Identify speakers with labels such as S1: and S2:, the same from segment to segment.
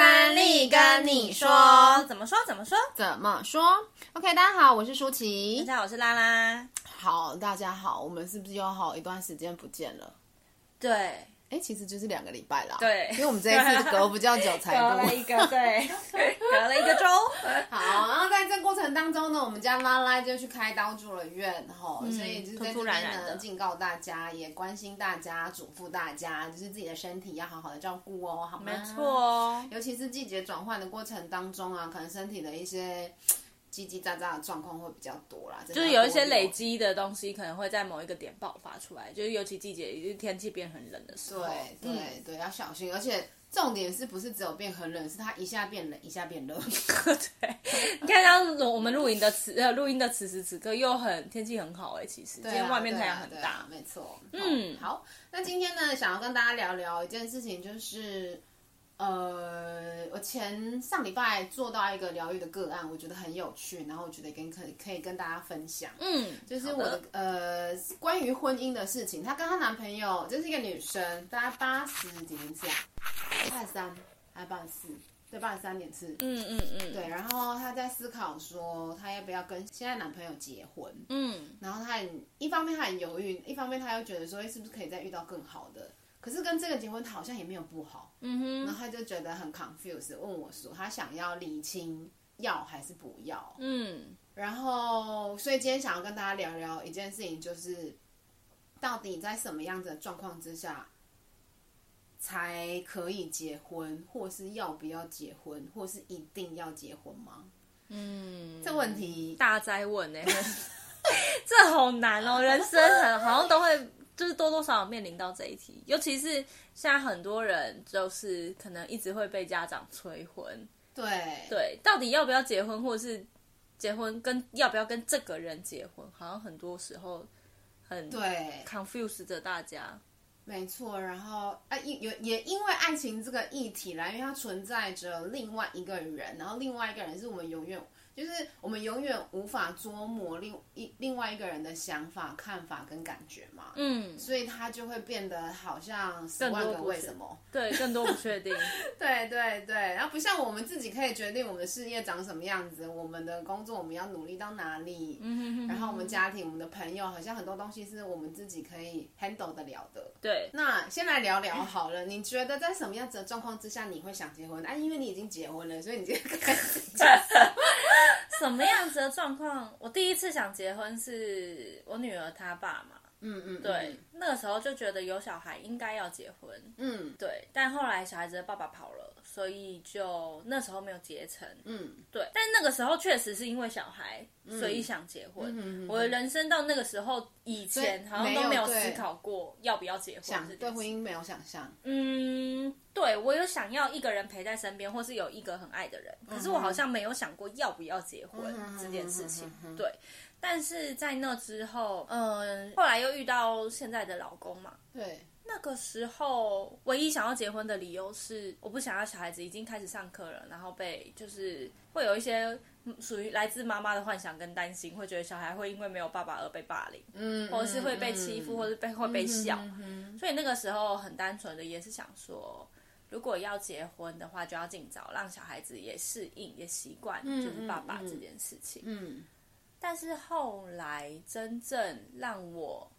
S1: 琪跟你说
S2: 怎么说怎么说？
S1: 怎么说？OK，大家好，我是舒
S2: 大
S1: 淇。
S2: 家好，我是拉拉。
S1: 好，大家好，我们是不是又好一段时间不见了？
S2: 对，
S1: 哎，其实就是两个礼拜啦。
S2: 对
S1: 因为我们这一次隔不叫久才
S2: 隔
S1: 录
S2: 了。一个 对，隔了一个周。
S1: 好，然后在这过程当中呢，我们家拉拉就去开刀住了院，吼、所以就是在这
S2: 嗯突
S1: 边
S2: 突然然
S1: 呢
S2: 的
S1: 警告大家，也关心大家，嘱咐大家，就是自己的身体要好好的照顾哦，好吗？
S2: 没错。哦，
S1: 尤其是季节转换的过程当中啊，可能身体的一些叽叽喳喳的状况会比较多啦，就
S2: 就是有一些累。积的东西，可能会在某一个点爆发出来，就是尤其季节，也就是天气变很冷的时候。
S1: 对对、
S2: 嗯
S1: 对，要小心，而且重点是不是只有变很冷，是它一下变冷，一下变 热。
S2: 你看，像我们录音的此呃录音的此时此刻又很天气很好哎、其实、今
S1: 对啊
S2: 天外面
S1: 对啊
S2: 太阳很
S1: 对啊
S2: 大，
S1: 没错。嗯，好，那今天呢，想要跟大家聊聊一件事情，就是。呃，我前上礼拜做到一个疗愈的个案，我觉得很有趣，然后我觉得跟可以可以跟大家分享。
S2: 嗯，
S1: 就是
S2: 好
S1: 我的呃，关于婚姻的事情，她跟她男朋友，这是一个女生，大概八十几年次啊，八十三还八十四，对，八十三点四。
S2: 嗯嗯嗯，
S1: 对，然后她在思考说，她要不要跟现在男朋友结婚？
S2: 嗯，
S1: 然后她很一方面她很犹豫，一方面她又觉得说，诶是不是可以再遇到更好的？可是跟这个结婚好像也没有不好。
S2: 嗯
S1: 然后她就觉得很 confused，问我说，她想要理清要还是不要？
S2: 哼，嗯，
S1: 然后，所以今天想要跟大家聊聊一件事情，就是到底在什么样的状况之下才可以结婚，或是要不要结婚，或是一定要结婚吗？嗯，这问题
S2: 大灾问哎、 这好难哦，人生很好像都会就是多多少少面临到这一题，尤其是现在很多人就是可能一直会被家长催婚，
S1: 对
S2: 对，到底要不要结婚，或者是结婚跟要不要跟这个人结婚，好像很多时候很
S1: 对
S2: confuse 着大家，
S1: 没错，然后啊，因有也因为爱情这个议题啦，因为它存在着另外一个人，然后另外一个人是我们永远就是我们永远无法捉摸另一另外一个人的想法、看法跟感觉嘛，
S2: 嗯，
S1: 所以他就会变得好像十万个为什么，
S2: 对，更多不确定，
S1: 对对对，然后不像我们自己可以决定我们的事业长什么样子，我们的工作我们要努力到哪里，
S2: 嗯
S1: 然后我们家庭、我们的朋友，好像很多东西是我们自己可以 handle 得了的。
S2: 对，
S1: 那先来聊聊好了，你觉得在什么样子的状况之下你会想结婚？啊，因为你已经结婚了，所以你就 开始 讲
S2: 什么样子的状况？我第一次想结婚是我女儿她爸嘛，
S1: 嗯嗯，嗯
S2: 对，，那个时候就觉得有小孩应该要结婚，
S1: 嗯
S2: 对，但后来小孩子的爸爸跑了，所以就那时候没有结成，
S1: 嗯，
S2: 对，但那个时候确实是因为小孩，所以想结婚。
S1: 嗯嗯嗯
S2: 我的人生到那个时候以前好像都
S1: 没
S2: 没
S1: 有
S2: 有
S1: 对
S2: 思考过要不要结婚
S1: 想
S2: 这件
S1: 啊对
S2: 事
S1: 婚姻没有想象，
S2: 嗯，对我有想要一个人陪在身边，或是有一个很爱的人，
S1: 嗯
S2: 可是我好像没有想过要不要结婚这件事
S1: 嗯
S2: 情。对，但是在那之后，嗯，后来又遇到现在的老公嘛，
S1: 对，
S2: 那个时候唯一想要结婚的理由是，我不想要小孩子已经开始上课了，然后被就是会有一些嗯属于来自妈妈的幻想跟担心，会觉得小孩会因为没有爸爸而被霸凌，
S1: 嗯，
S2: 或者是会被欺负，或
S1: 者
S2: 是被会被笑。
S1: 嗯
S2: 所以那个时候很单纯的也是想说，如果要结婚的话，就要尽早让小孩子也适应、也习惯，就是爸爸这件事情。
S1: 嗯
S2: 但是后来真正让我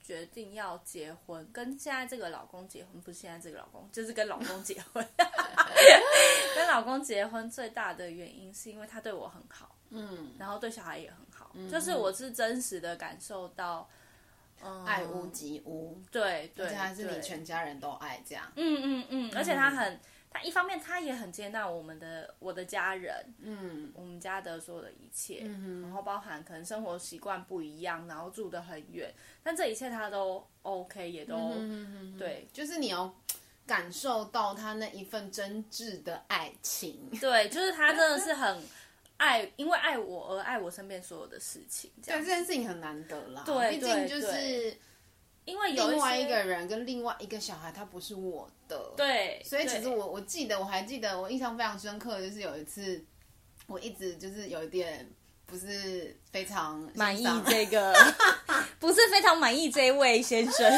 S2: 决定要结婚，跟现在这个老公结婚，不是现在这个老公，就是跟老公结婚。 跟老公结婚最大的原因是因为他对我很好，
S1: 嗯，
S2: 然后对小孩也很好，就是我是真实的感受到，嗯，
S1: 爱屋及乌，
S2: 对对，
S1: 而且还是
S2: 对
S1: 你全家人都爱这样，
S2: 嗯嗯嗯，而且他很，他一方面他也很接纳我们的我的家人，
S1: 嗯
S2: 我们家的所有的一切，
S1: 嗯
S2: 然后包含可能生活习惯不一样，然后住得很远，但这一切他都 OK，也都、
S1: 嗯，
S2: 对
S1: 就是你要感受到他那一份真挚的爱情，
S2: 对，就是他真的是很爱，因为爱我而爱我身边所有的事情，这
S1: 对
S2: 样
S1: 这，件事情很难得啦，
S2: 对
S1: 毕竟
S2: 对
S1: 就是
S2: 对因为有
S1: 另外
S2: 些
S1: 一个人跟另外一个小孩，他不是我的，
S2: 对，
S1: 所以其实
S2: 对
S1: 我我记得我还记得我印象非常深刻，就是有一次我一直就是有一点不是非常
S2: 满意
S1: 欣赏
S2: 这个不是非常满意这一位先生。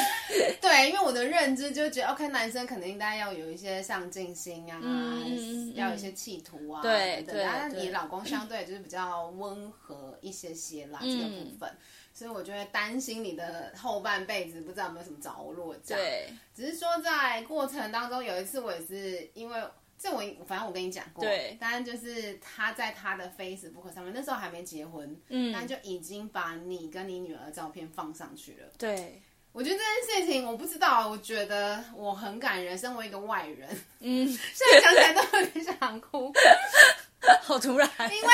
S1: 对，因为我的认知就觉得，OK，男生可能应该要有一些上进心啊，
S2: 嗯嗯嗯
S1: 要有一些企图啊，
S2: 对
S1: 等等
S2: 对
S1: 的。但是
S2: 对
S1: 你老公相对就是比较温和一些些啦，这个
S2: 嗯
S1: 部分。所以我就会担心你的后半辈子不知道有没有什么着落，这样。
S2: 对，
S1: 只是说在过程当中，有一次我也是因为这我反正我跟你讲过，
S2: 对
S1: 但是就是他在他的 Facebook 上面，那时候还没结婚，
S2: 嗯
S1: 但就已经把你跟你女儿的照片放上去了。
S2: 对，
S1: 我觉得这件事情我不知道，我觉得我很感人，身为一个外人，
S2: 嗯，
S1: 现在想起来都很想哭，
S2: 好突然。
S1: 因为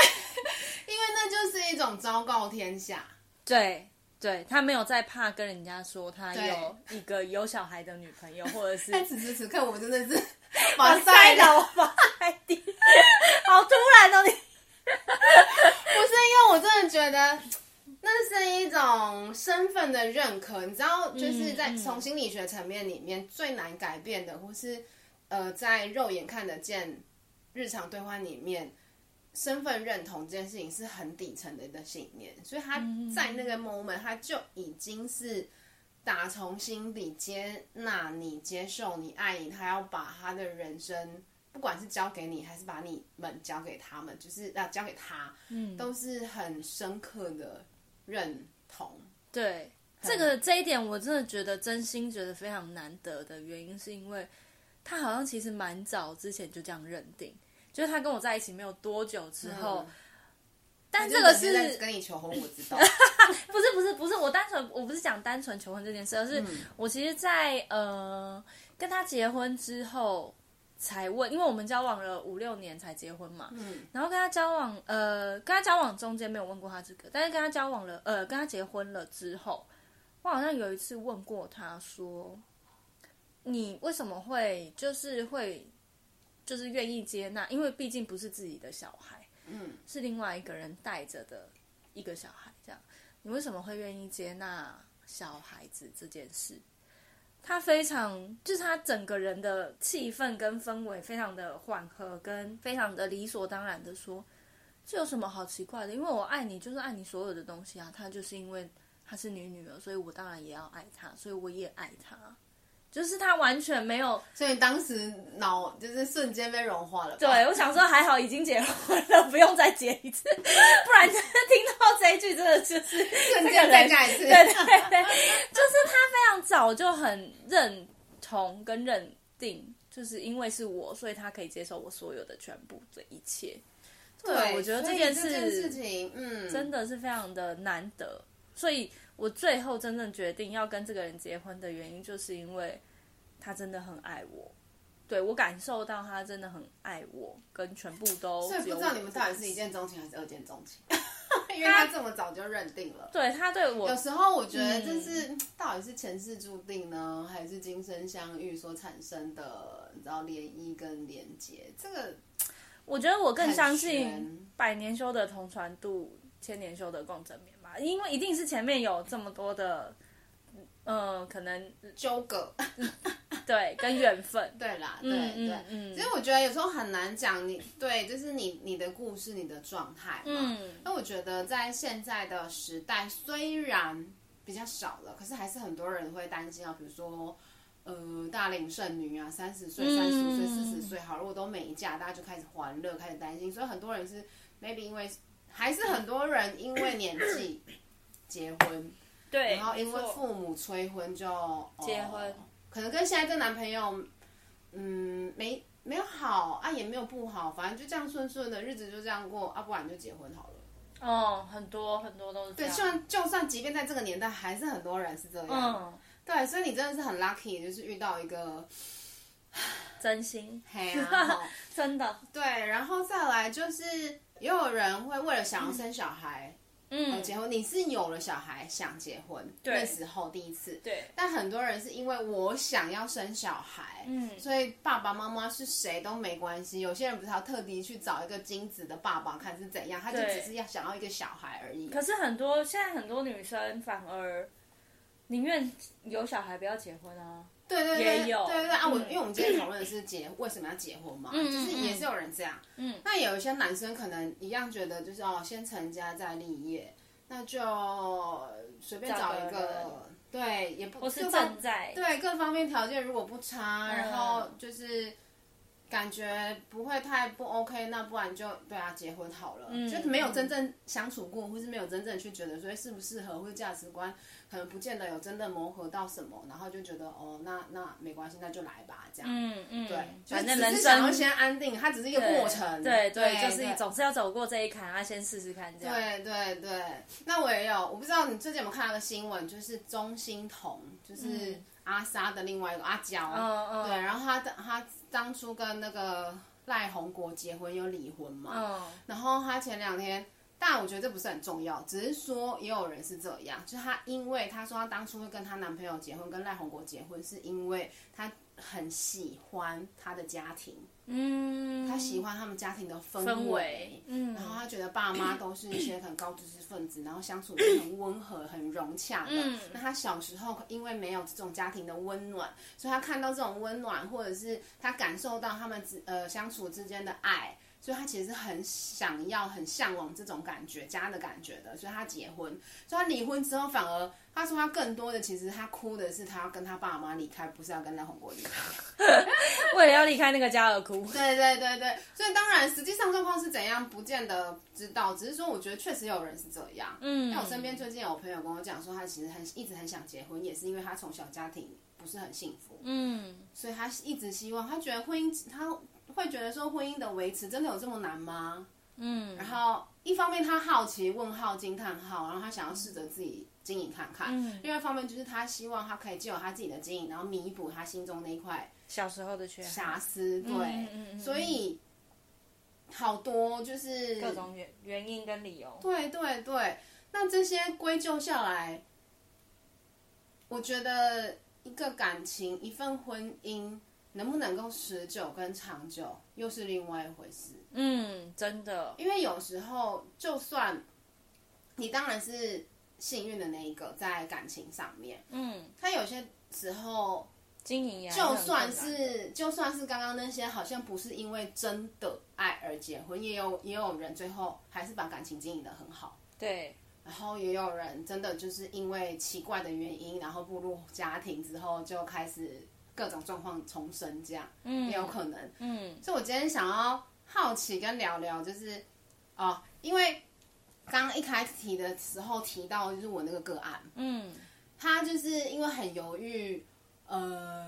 S1: 那就是一种昭告天下。
S2: 对对，他没有在怕跟人家说他有一个有小孩的女朋友，或者 是
S1: 但此时此刻，我真的是
S2: 马
S1: 马
S2: 赛
S1: 赛了，
S2: 老马赛迪， 好突然哦你。
S1: 不是因为我真的觉得。那是一种身份的认可，你知道，就是在
S2: 嗯
S1: 从心理学层面里面最难改变的，或是呃，在肉眼看得见日常对话里面，身份认同这件事情是很底层的一个信念，所以他在那个 moment 他就已经是打从心底接纳你、接受你、爱你，他要把他的人生，不管是交给你，还是把你们交给他们，就是啊交给他，嗯，都是很深刻的认同。
S2: 对，这个这一点我真的觉得真心觉得非常难得的原因，是因为他好像其实蛮早之前就这样认定，就是他跟我在一起没有多久之后，
S1: 嗯
S2: 但这个
S1: 我就只在
S2: 是
S1: 跟你求婚，我知 道，
S2: 不是不是不是我单纯我不是讲单纯求婚这件事，而是我其实在，呃跟他结婚之后。才问，因为我们交往了五六年才结婚嘛，
S1: 嗯
S2: 然后跟他交往，呃，跟他交往中间没有问过他这个，但是跟他交往了，呃，跟他结婚了之后，我好像有一次问过他说，你为什么会就是会就是愿意接纳？因为毕竟不是自己的小孩，
S1: 嗯，
S2: 是另外一个人带着的一个小孩，这样你为什么会愿意接纳小孩子这件事？他非常，就是他整个人的气氛跟氛围非常的缓和，跟非常的理所当然的说，这有什么好奇怪的？因为我爱你，就是爱你所有的东西啊。他就是因为她是你女儿，所以我当然也要爱她，所以我也爱她。就是他完全没有
S1: 所以当时脑就是瞬间被融化了吧。
S2: 对，我想说还好已经结婚了，不用再结一次， 不然真的听到这一句真的就是
S1: 瞬
S2: 这
S1: 间
S2: 个
S1: 再
S2: 人
S1: 加一次。
S2: 对对对， 就是他非常早就很认同跟认定，就是因为是我，所以他可以接受我所有的全部的一切。 对，啊我觉得
S1: 所以
S2: 件
S1: 这件事
S2: 事
S1: 情，嗯，
S2: 真的是非常的难得，所以我最后真正决定要跟这个人结婚的原因，就是因为他真的很爱我。对我感受到他真的很爱我，跟全部都
S1: 所以
S2: 只有
S1: 不知
S2: 我
S1: 道你们
S2: 这
S1: 到底
S2: 件
S1: 是一
S2: 事
S1: 见钟情还是二见钟情， 因为他这么早就认定了。
S2: 对他对我
S1: 有时候我觉得这是、
S2: 嗯
S1: 到底是前世注定呢，还是今生相遇所产生的，你知道涟漪跟连结，这个
S2: 我觉得我更相
S1: 很悬
S2: 信百年修得同船渡，千年修得共枕眠吧，因为一定是前面有这么多的，呃，可能
S1: 纠葛。
S2: 对跟缘分，
S1: 对啦，对
S2: 嗯
S1: 对
S2: 嗯，嗯
S1: 其实我觉得有时候很难讲你，对，就是你你的故事、你的状态嘛。
S2: 嗯
S1: 那我觉得在现在的时代，虽然比较少了，可是还是很多人会担心啊，比如说。呃，大龄剩女啊，三十岁、
S2: 嗯
S1: 三十五岁、四十岁，好，如果都没嫁，大家就开始欢乐，开始担心，所以很多人是 maybe 因为，还是很多人因为年纪结婚，
S2: 对，
S1: 然后因为
S2: 没错
S1: 父母催婚就、哦
S2: 结婚
S1: 可能跟现在这男朋友，嗯，没没有好啊，也没有不好，反正就这样顺顺的日子就这样过啊，不然就结婚好了。
S2: 哦，很多很多都是这
S1: 对，
S2: 样
S1: 就算就算即便在这个年代，还是很多人是这样。
S2: 嗯，
S1: 对，所以你真的是很 lucky，就是遇到一个
S2: 真心
S1: 嘿啊，吼
S2: 真的，
S1: 对，然后再来就是也有人会为了想要生小孩，呃
S2: 嗯，
S1: 结婚，你是有了小孩想结婚，那时候第一次。
S2: 对，
S1: 但很多人是因为我想要生小孩，
S2: 嗯
S1: 所以爸爸妈妈是谁都没关系。有些人不是要特地去找一个精子的爸爸看是怎样，他就
S2: 对
S1: 只是要想要一个小孩而已。
S2: 可是很多现在很多女生反而宁愿有小孩不要结婚啊，
S1: 对对对，
S2: 也有
S1: 对对对啊！我
S2: 嗯
S1: 因为我们今天讨论的是结为什么要结婚嘛，
S2: 嗯
S1: 就是
S2: 嗯
S1: 也是有人这样。
S2: 嗯，
S1: 那有一些男生可能一样觉得就是哦，先成家再立业，那就随便找一
S2: 找个
S1: 个
S2: 人，
S1: 对，也不
S2: 或是
S1: 各方
S2: 正在
S1: 对啊各方面条件如果不差，
S2: 嗯
S1: 然后就是感觉不会太不 OK，那不然就对啊，结婚好了，
S2: 嗯
S1: 就没有真正相处过，或是没有真正去觉得说适不适合，或者价值观可能不见得有真的磨合到什么，然后就觉得哦，那那没关系，那就来吧，这样。
S2: 嗯嗯，对
S1: 就是
S2: 反正
S1: 只
S2: 人
S1: 是想要
S2: 生
S1: 先安定，它只是一个
S2: 对
S1: 过程。
S2: 对
S1: 对，
S2: 就是
S1: 对
S2: 总是要走过这一坎，啊，先试试看这样。
S1: 对对对，那我也有，我不知道你最近有没有看到一个新闻，就是钟欣桐，就是
S2: 嗯
S1: 阿莎的另外一个阿娇，
S2: 嗯嗯
S1: 对，然后她她当初跟那个赖宏国结婚又离婚嘛，
S2: 嗯
S1: 然后她前两天，但我觉得这不是很重要，只是说也有人是这样，就是她因为她说她当初会跟她男朋友结婚，跟赖宏国结婚，是因为她很喜欢她的家庭，
S2: 嗯，
S1: 她喜欢他们家庭的
S2: 氛
S1: 围
S2: 围，，嗯，
S1: 然后他觉得爸妈都是一些很高知识分子，然后相处是很温和、很融洽的。
S2: 嗯
S1: 那他小时候因为没有这种家庭的温暖，所以他看到这种温暖，或者是他感受到他们之呃相处之间的爱，所以他其实很想要、很向往这种感觉、家的感觉的。所以他结婚，所以他离婚之后，反而他说他更多的其实他哭的是他要跟他爸妈离开，不是要跟赖宏国离开。
S2: 为了要离开那个家而哭。
S1: 对对对对，所以当然，实际上状况是怎样，不见得知道，只是说我觉得确实有人是这样。
S2: 嗯，
S1: 像我身边最近有朋友跟我讲说，他其实很一直很想结婚，也是因为他从小家庭不是很幸福，
S2: 嗯，
S1: 所以他一直希望，他觉得婚姻，他会觉得说婚姻的维持真的有这么难吗？
S2: 嗯，
S1: 然后一方面他好奇、问号、惊叹号，然后他想要试着自己经营看看；，
S2: 嗯
S1: 另外一方面就是他希望他可以借由他自己的经营，然后弥补他心中那一块
S2: 小时候的缺憾，
S1: 瑕疵。对，
S2: 嗯嗯嗯
S1: 所以好多就是
S2: 各种原原因跟理由。
S1: 对对对，那这些归咎下来，我觉得一个感情、一份婚姻能不能够持久跟长久，又是另外一回事。
S2: 嗯，真的，
S1: 因为有时候，就算你当然是幸运的那一个，在感情上面，
S2: 嗯，
S1: 他有些时候
S2: 经营也还
S1: 就
S2: 很
S1: 算
S2: 困难
S1: 是就算是刚刚那些，好像不是因为真的爱而结婚，也有也有人最后还是把感情经营的很好，
S2: 对，
S1: 然后也有人真的就是因为奇怪的原因，然后步入家庭之后就开始各种状况重生，这样
S2: 嗯，
S1: 也有可能。
S2: 嗯
S1: 所以我今天想要好奇跟聊聊，就是哦，因为刚刚一开始提的时候提到就是我那个个案，
S2: 嗯
S1: 他就是因为很犹豫，呃，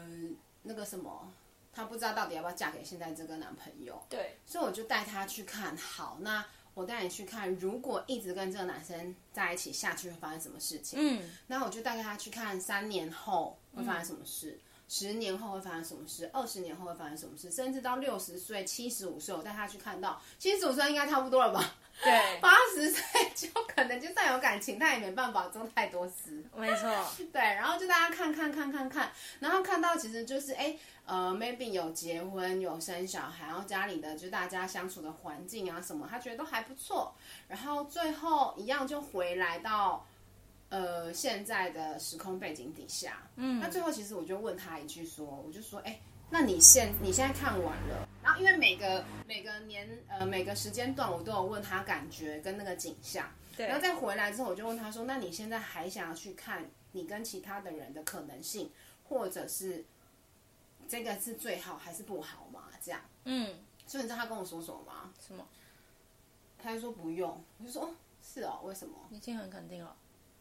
S1: 那个什么，他不知道到底要不要嫁给现在这个男朋友，
S2: 对，
S1: 所以我就带他去看。好，那我带你去看，如果一直跟这个男生在一起下去会发生什么事情？
S2: 嗯
S1: 那我就带他去看三年后会发生什么事。十年后会发生什么事？二十年后会发生什么事？甚至到六十岁、七十五岁，我带他去看到七十五岁应该差不多了吧？
S2: 对，
S1: 八十岁就可能就算有感情，但也没办法做太多事。
S2: 没错，
S1: 对，然后就大家看看看看看，然后看到其实就是哎，呃，maybe 有结婚有生小孩，然后家里的就大家相处的环境啊什么，他觉得都还不错，然后最后一样就回来到呃现在的时空背景底下，
S2: 嗯
S1: 那最后其实我就问他一句说，我就说，哎、那你现你现在看完了，然后因为每个每个年呃每个时间段我都有问他感觉跟那个景象。然后
S2: 对，
S1: 再回来之后，我就问他说：“那你现在还想要去看你跟其他的人的可能性，或者是这个是最好还是不好嘛？”这样，
S2: 嗯，
S1: 所以你知道他跟我说什么吗？
S2: 什么？
S1: 他就说不用，我就说哦是哦，为什么？
S2: 已经很肯定了，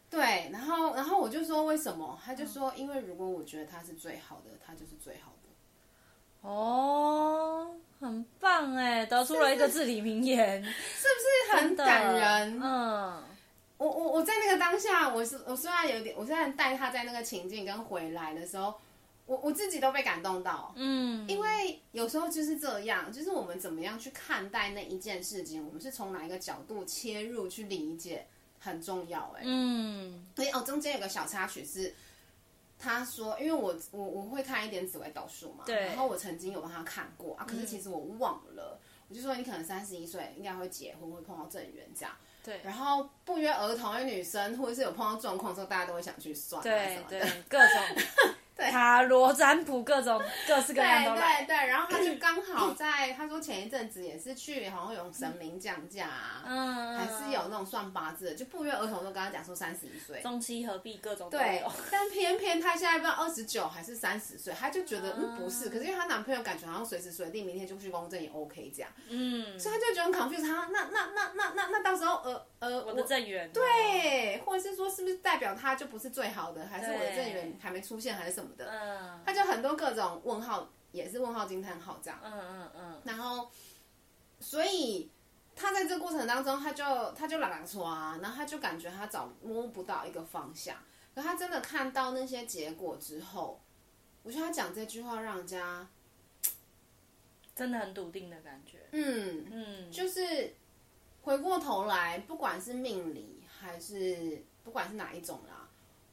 S1: 对，然后然后我就说为什么？
S2: 嗯
S1: 他就说因为如果我觉得他是最好的，他就是最好的。
S2: 哦，很棒哎，得出了一个至理名言，
S1: 是很
S2: 真的
S1: 感人，
S2: 嗯，
S1: 我我我在那个当下，我是我虽然有点，我虽然带他在那个情境跟回来的时候，我我自己都被感动到，
S2: 嗯，
S1: 因为有时候就是这样，就是我们怎么样去看待那一件事情，我们是从哪一个角度切入去理解，很重要哎、
S2: 嗯，
S1: 所以哦，中间有个小插曲是，他说，因为我我我会看一点紫微斗数嘛，
S2: 对嗯
S1: 然后我曾经有帮他看过啊，可是其实我忘了，我就说你可能三十一岁应该会结婚，会碰到正缘这样。
S2: 对
S1: 然后不约而同，因为女生或者是有碰到状况的时候，大家都会想去算啊什
S2: 对
S1: 么的。
S2: 对，各种塔罗占卜各种各式各样都来。
S1: 对对，然后他就刚好在，他说前一阵子也是去，好像有神明降价、啊，
S2: 嗯，
S1: 还是有那种算八字的，就不约而同都跟他讲说三十一岁。
S2: 中西合璧各种都
S1: 对
S2: 有。，
S1: 但偏偏她现在不知道二十九还是三十岁，她就觉得嗯不是，可是因为她男朋友感觉好像随时随地明天就去公证也 OK 这样，
S2: 嗯，
S1: 所以她就觉得很 confused，她那那那那那那到时候呃呃
S2: 我的正缘。啊对，
S1: 对，或者是说是不是代表他就不是最好的，还是我的正缘还没出现还是什么的，
S2: 嗯
S1: 他就很多各种问号，也是问号惊叹号这样。
S2: 嗯嗯嗯，
S1: 然后，所以他在这个过程当中，他就他就懒懒说啊，然后他就感觉他找摸不到一个方向。可他真的看到那些结果之后，我觉得他讲这句话让人家，
S2: 真的很笃定的感觉。
S1: 嗯，
S2: 嗯，
S1: 就是回过头来，不管是命理还是不管是哪一种啦，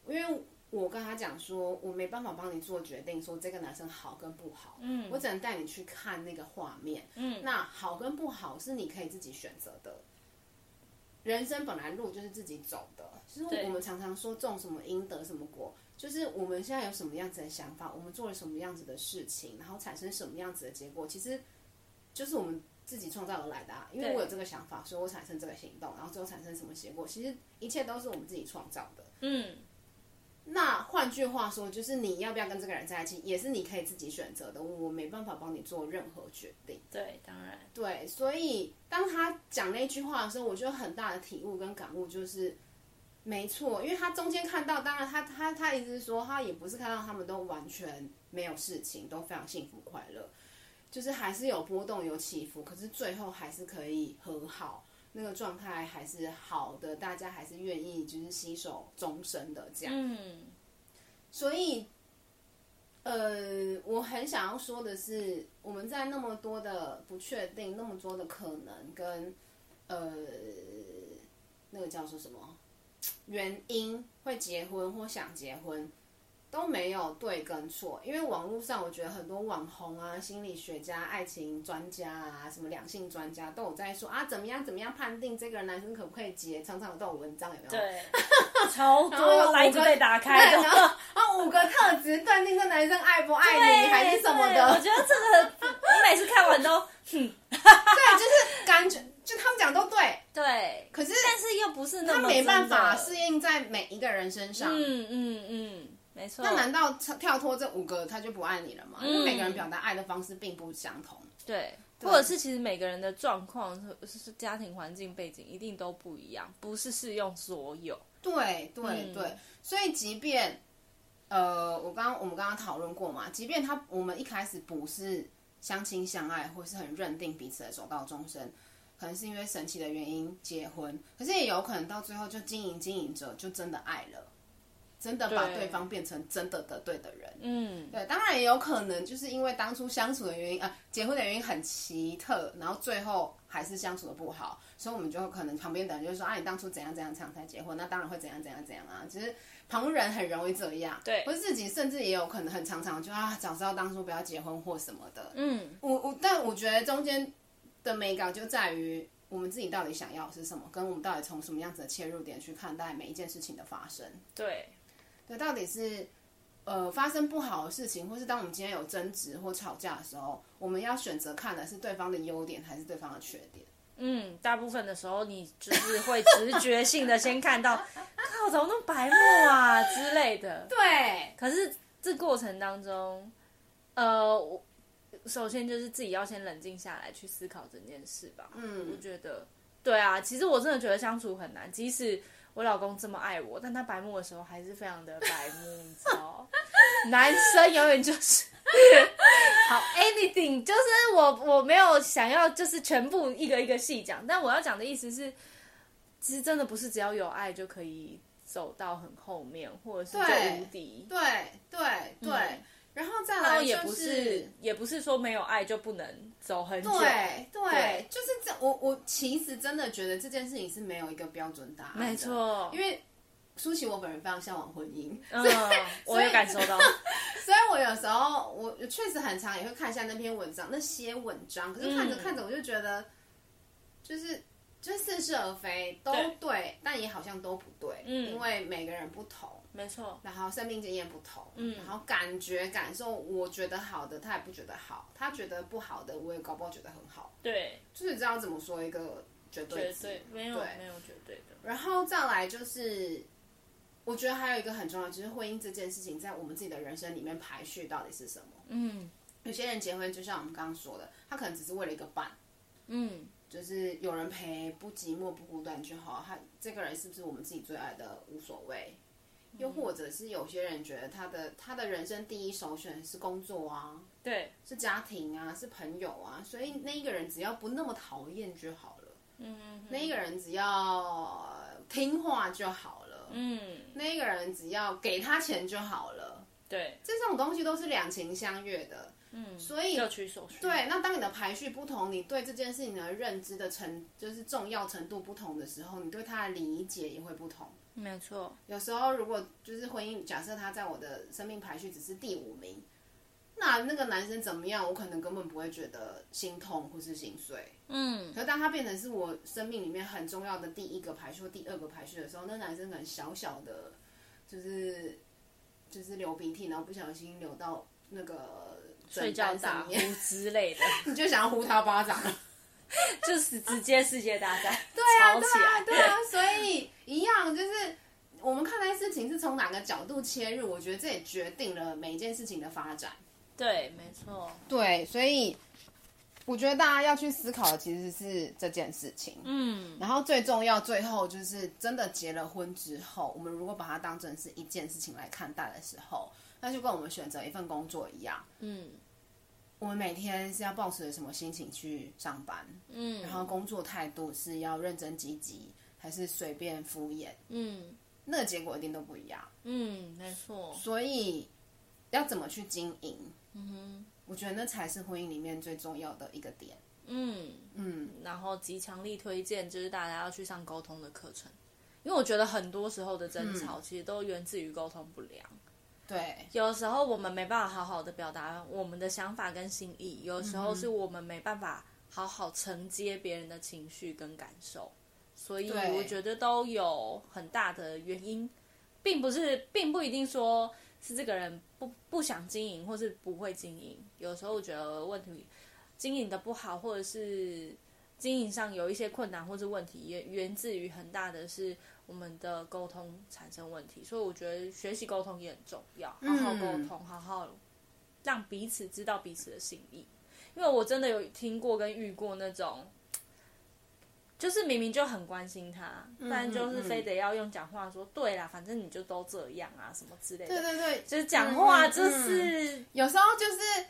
S1: 因为我跟他讲说，我没办法帮你做决定，说这个男生好跟不好，
S2: 嗯
S1: 我只能带你去看那个画面，
S2: 嗯
S1: 那好跟不好是你可以自己选择的。人生本来路就是自己走的，就是
S2: 对
S1: 我们常常说种什么因得什么果，就是我们现在有什么样子的想法，我们做了什么样子的事情，然后产生什么样子的结果，其实就是我们自己创造而来的、啊。因为
S2: 对
S1: 我有这个想法，所以我产生这个行动，然后最后产生什么结果，其实一切都是我们自己创造的。
S2: 嗯，
S1: 那换句话说，就是你要不要跟这个人在一起，也是你可以自己选择的，我没办法帮你做任何决定。
S2: 对，当然，
S1: 对，所以当他讲那句话的时候，我就很大的体悟跟感悟，就是没错，因为他中间看到，当然他他他一直说，他也不是看到他们都完全没有事情，都非常幸福快乐，就是还是有波动有起伏，可是最后还是可以和好，那个状态还是好的，大家还是愿意就是携手终身的这样。
S2: 嗯，
S1: 所以，呃，我很想要说的是，我们在那么多的不确定、那么多的可能跟呃，那个叫做什么原因会结婚或想结婚都没有对跟错，因为网络上我觉得很多网红啊、心理学家、爱情专家啊、什么两性专家都有在说啊，怎么样怎么样判定这个男生可不可以结，常常有这种文章有没有？
S2: 对， 超
S1: 然后有五
S2: 多来子
S1: 个
S2: 被打
S1: 对，
S2: 开
S1: 然
S2: 的。
S1: 后啊五个特质断定这男生爱不爱你
S2: 对
S1: 还是什么
S2: 对我
S1: 的，
S2: 觉得这个，我每次看完都，哼，
S1: 对，哎就是感觉就他们讲都对，
S2: 对，
S1: 可是
S2: 但是又不是那
S1: 他
S2: 么
S1: 没办法
S2: 真
S1: 适
S2: 的
S1: 应在每一个人身上。
S2: 嗯嗯嗯，没错。
S1: 那难道跳脱这五个他就不爱你了吗？因为
S2: 嗯
S1: 每个人表达爱的方式并不相同。
S2: 对，或者是其实每个人的状况是是家庭环境背景一定都不一样，不是适用所有。
S1: 对对
S2: 嗯
S1: 对，所以即便呃，我刚刚我们刚刚讨论过嘛，即便他我们一开始不是相亲相爱，或是很认定彼此的走到终身，可能是因为神奇的原因结婚，可是也有可能到最后就经营经营着就真的爱了，真的把
S2: 对
S1: 对方变成真的的对的人。
S2: 嗯，
S1: 对，当然也有可能就是因为当初相处的原因，呃，结婚的原因很奇特，然后最后还是相处的不好，所以我们就可能旁边的人就会说啊，你当初怎样怎样怎样才结婚，那当然会怎样怎样怎样啊，只是旁人很容易这样，
S2: 对
S1: 或是自己甚至也有可能很常常就啊，早知道当初不要结婚或什么的。
S2: 嗯，
S1: 我我，但我觉得中间的美感就在于我们自己到底想要的是什么，跟我们到底从什么样子的切入点去看待每一件事情的发生。
S2: 对，
S1: 对，到底是呃发生不好的事情，或是当我们今天有争执或吵架的时候，我们要选择看的是对方的优点还是对方的缺点。
S2: 嗯，大部分的时候你就是会直觉性的先看到， 靠，怎么那么白目啊之类的。
S1: 对，
S2: 可是这过程当中，呃，我首先就是自己要先冷静下来去思考整件事吧。我
S1: 嗯，
S2: 觉得，对啊，其实我真的觉得相处很难。即使我老公这么爱我，但他白目的时候还是非常的白目，你知道？ 男生永远就是 好 anything，就是我我没有想要就是全部一个一个细讲，但我要讲的意思是，其实真的不是只要有爱就可以走到很后面，或者是
S1: 对
S2: 就无敌。
S1: 对对对、
S2: 嗯
S1: 然后再
S2: 然后
S1: 来
S2: 也
S1: 就
S2: 不是、也不是说没有爱就不能走很久，
S1: 对对
S2: 对，
S1: 就是这我我其实真的觉得这件事情是没有一个标准答案，
S2: 没，错，
S1: 因为。舒淇，我本人非常向往婚姻，
S2: 嗯，我有感受到。
S1: 所以 我有时候我我确实很常也会看一下那篇文章，那些文章，可是看着
S2: 嗯
S1: 看着我就觉得，就是就是似是而非，都
S2: 对
S1: 对，但也好像都不对，
S2: 嗯
S1: 因为每个人不同，
S2: 没错，
S1: 然后生命经验不同，嗯，然后感觉感受，我觉得好的，他也不觉得好，他觉得不好的，我也搞不好觉得很好，
S2: 对，
S1: 就是你知道怎么说一个绝对
S2: 绝
S1: 值
S2: 对没有
S1: 对
S2: 没有绝对的，
S1: 然后再来就是，我觉得还有一个很重要，就是婚姻这件事情在我们自己的人生里面排序到底是什么。
S2: 嗯
S1: 有些人结婚就像我们刚刚说的，他可能只是为了一个伴，
S2: 嗯，
S1: 就是有人陪，不寂寞不孤单就好。他这个人是不是我们自己最爱的无所谓。
S2: 嗯
S1: 又或者是有些人觉得他的他的人生第一首选是工作啊，
S2: 对，
S1: 是家庭啊，是朋友啊，所以那一个人只要不那么讨厌就好了，
S2: 嗯
S1: 那一个人只要听话就好了，
S2: 嗯，
S1: 那个人只要给他钱就好了，
S2: 对，
S1: 这种东西都是两情相悦的。
S2: 嗯，
S1: 所以
S2: 各取所需，
S1: 对，那当你的排序不同，你对这件事情的认知的程就是重要程度不同的时候，你对它的理解也会不同。
S2: 没错，
S1: 有时候如果就是婚姻，假设他在我的生命排序只是第五名，那那个男生怎么样，我可能根本不会觉得心痛或是心碎。
S2: 嗯，
S1: 可是当他变成是我生命里面很重要的第一个排序或第二个排序的时候，那男生可能小小的，就是就是流鼻涕，然后不小心流到那个
S2: 睡觉
S1: 枕单
S2: 打
S1: 上
S2: 呼
S1: 面，
S2: 之类的，
S1: 你就想要呼他巴掌。
S2: 就是直接世界大战，对
S1: 啊
S2: 吵起来，
S1: 对啊，所以一样就是我们看待事情是从哪个角度切入，我觉得这也决定了每一件事情的发展。
S2: 对，没错，
S1: 对，所以我觉得大家要去思考的其实是这件事情。
S2: 嗯，
S1: 然后最重要，最后就是真的结了婚之后，我们如果把它当成是一件事情来看待的时候，那就跟我们选择一份工作一样，
S2: 嗯
S1: 我们每天是要抱持着什么心情去上班，
S2: 嗯，
S1: 然后工作态度是要认真积极，还是随便敷衍？
S2: 嗯
S1: 那个结果一定都不一样。
S2: 嗯，没错，
S1: 所以要怎么去经营，
S2: 嗯哼
S1: 我觉得那才是婚姻里面最重要的一个点。
S2: 嗯。
S1: 嗯，
S2: 然后极强力推荐就是大家要去上沟通的课程，因为我觉得很多时候的争吵其实都源自于沟通不良。
S1: 对，
S2: 有时候我们没办法好好的表达我们的想法跟心意，有时候是我们没办法好好承接别人的情绪跟感受，所以
S1: 对
S2: 我觉得都有很大的原因，并不是，并不一定说是这个人不不想经营或是不会经营，有时候我觉得问题经营的不好，或者是经营上有一些困难或是问题，也源自于很大的是我们的沟通产生问题，所以我觉得学习沟通也很重要，好
S1: 嗯
S2: 好沟通，好好让彼此知道彼此的心意。因为我真的有听过跟遇过那种，就是明明就很关心他，
S1: 嗯
S2: 但就是非得要用讲话说，对啦，反正你就都这样啊，什么之类
S1: 对
S2: 的，
S1: 对对，
S2: 就是讲话
S1: 嗯嗯
S2: 就是
S1: 有时候就是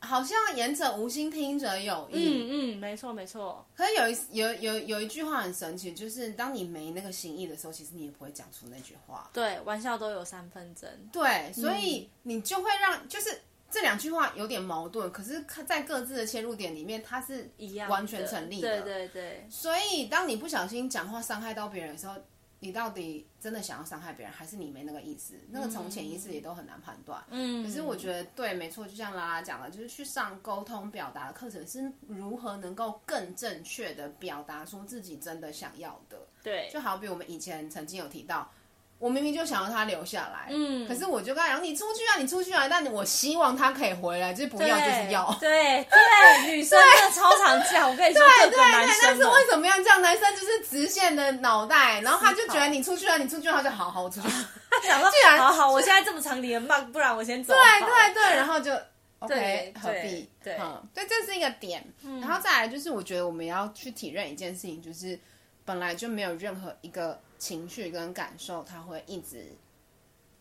S1: 好像言者无心，听者有意。
S2: 嗯嗯，没错没错，
S1: 可是有一有有有一句话很神奇，就是当你没那个心意的时候，其实你也不会讲出那句话。
S2: 对，玩笑都有三分真，
S1: 对，所以你就会让就是。这两句话有点矛盾，可是看在各自的切入点里面，它是
S2: 一样的
S1: 完全成立的。
S2: 对对对，
S1: 所以，当你不小心讲话伤害到别人的时候，你到底真的想要伤害别人，还是你没那个意思？那个从潜意识里都很难判断。
S2: 嗯，
S1: 可是我觉得对，没错，就像拉拉讲的，就是去上沟通表达的课程，是如何能够更正确的表达出自己真的想要的。
S2: 对，
S1: 就好比我们以前曾经有提到，我明明就想要他留下来，
S2: 嗯
S1: 可是我就跟他讲你出去啊，你出去啊，但我希望他可以回来，就是不要就是要。
S2: 对对，女生真的超常这样，我跟你说，各
S1: 对
S2: 个
S1: 对，
S2: 男
S1: 但
S2: 生哦
S1: 是
S2: 们
S1: 为什么要这样？男生就是直线的脑袋，然后他就觉得你出去啊了，你出去了，他就好好我出去。
S2: 他想说，
S1: 既然
S2: 好好，我现在这么长连麦，不然我先走好
S1: 对对
S2: 了。
S1: 对，然后就 OK，
S2: 对
S1: 何必？
S2: 对嗯
S1: 嗯，对，这是一个点。然后再来就是，我觉得我们要去体认一件事情，就是本来就没有任何一个情绪跟感受，它会一直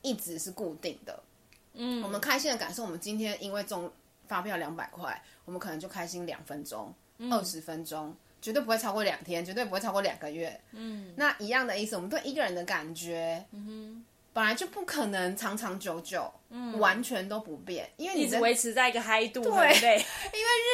S1: 一直是固定的。
S2: 嗯，
S1: 我们开心的感受，我们今天因为中发票两百块，我们可能就开心两分钟、二十、分钟，绝对不会超过两天，绝对不会超过两个月。嗯，那一样的意思，我们对一个人的感觉，嗯哼，本来就不可能长长久久，嗯，完全都不变，因为
S2: 一
S1: 你
S2: 直
S1: 的
S2: 维持在一个嗨度，
S1: 对
S2: 很累。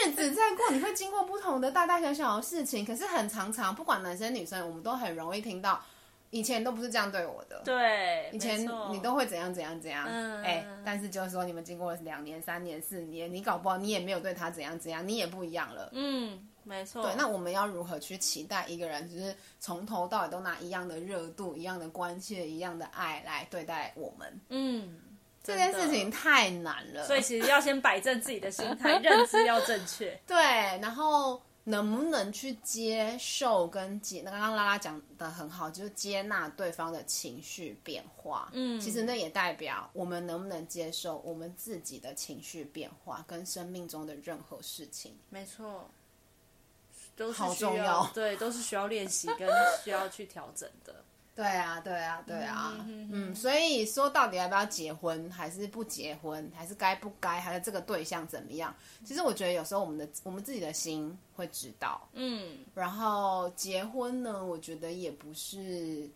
S1: 日子在过，你会经过不同的大大小小的事情，可是很常常，不管男生女生，我们都很容易听到，以前都不是这样对我的，
S2: 对，
S1: 以前
S2: 没错
S1: 你都会怎样怎样怎样，哎、
S2: 嗯
S1: 但是就是说你们经过两年、三年、四年，你搞不好你也没有对他怎样怎样，你也不一样了。
S2: 嗯，没错。
S1: 对，那我们要如何去期待一个人，就是从头到尾都拿一样的热度、一样的关切、一样的爱来对待我们？
S2: 嗯，这
S1: 这件事情太难了。
S2: 所以其实要先摆正自己的心态，认知要正确。
S1: 对，然后能不能去接受跟接？那刚刚拉拉讲的很好，就是接纳对方的情绪变化。嗯，其实那也代表我们能不能接受我们自己的情绪变化跟生命中的任何事情。
S2: 没错，都是
S1: 好
S2: 需
S1: 重要
S2: 对，都是需要练习跟需要去调整的。
S1: 对啊，对啊，对啊，
S2: 嗯
S1: 嗯
S2: 哼
S1: 所以说到底要不要结婚，还是不结婚，还是该不该，还是这个对象怎么样？其实我觉得有时候我们的我们自己的心会知道，
S2: 嗯，
S1: 然后结婚呢，我觉得也不是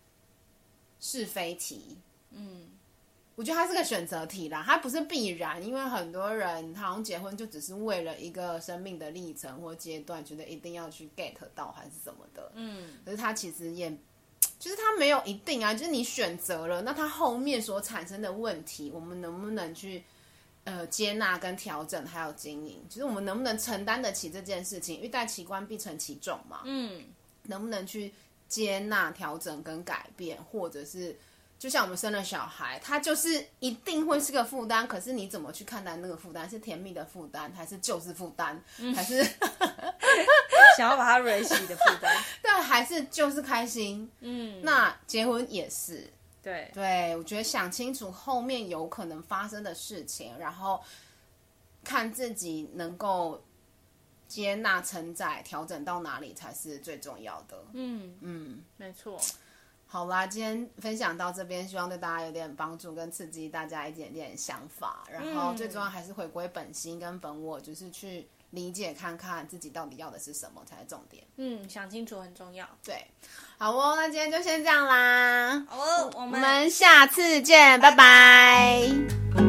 S1: 是非题，
S2: 嗯，
S1: 我觉得它是个选择题啦，它不是必然，因为很多人好像结婚就只是为了一个生命的历程或阶段，觉得一定要去 get 到还是什么的，
S2: 嗯，
S1: 可是它其实也。就是它没有一定啊，就是你选择了，那它后面所产生的问题，我们能不能去呃接纳跟调整，还有经营，就是我们能不能承担得起这件事情？欲戴其冠，必承其重嘛。
S2: 嗯，
S1: 能不能去接纳、调整跟改变，或者是就像我们生了小孩，他就是一定会是个负担，可是你怎么去看待那个负担？是甜蜜的负担，还是就是负担，
S2: 嗯
S1: 还是
S2: 想要把它 r 洗的负担。
S1: 对，还是就是开心？
S2: 嗯，
S1: 那结婚也是，
S2: 对，
S1: 对我觉得想清楚后面有可能发生的事情，然后看自己能够接纳、承载、调整到哪里才是最重要的。
S2: 嗯，
S1: 嗯。
S2: 没错。
S1: 好啦，今天分享到这边，希望对大家有点帮助跟刺激大家一点点想法。然后
S2: 嗯
S1: 最重要还是回归本心跟本我，就是去理解看看自己到底要的是什么才是重点。
S2: 嗯，想清楚很重要。
S1: 对，好哦，那今天就先这样啦，
S2: 好哦，我
S1: 我
S2: 们
S1: 们下次见，拜拜。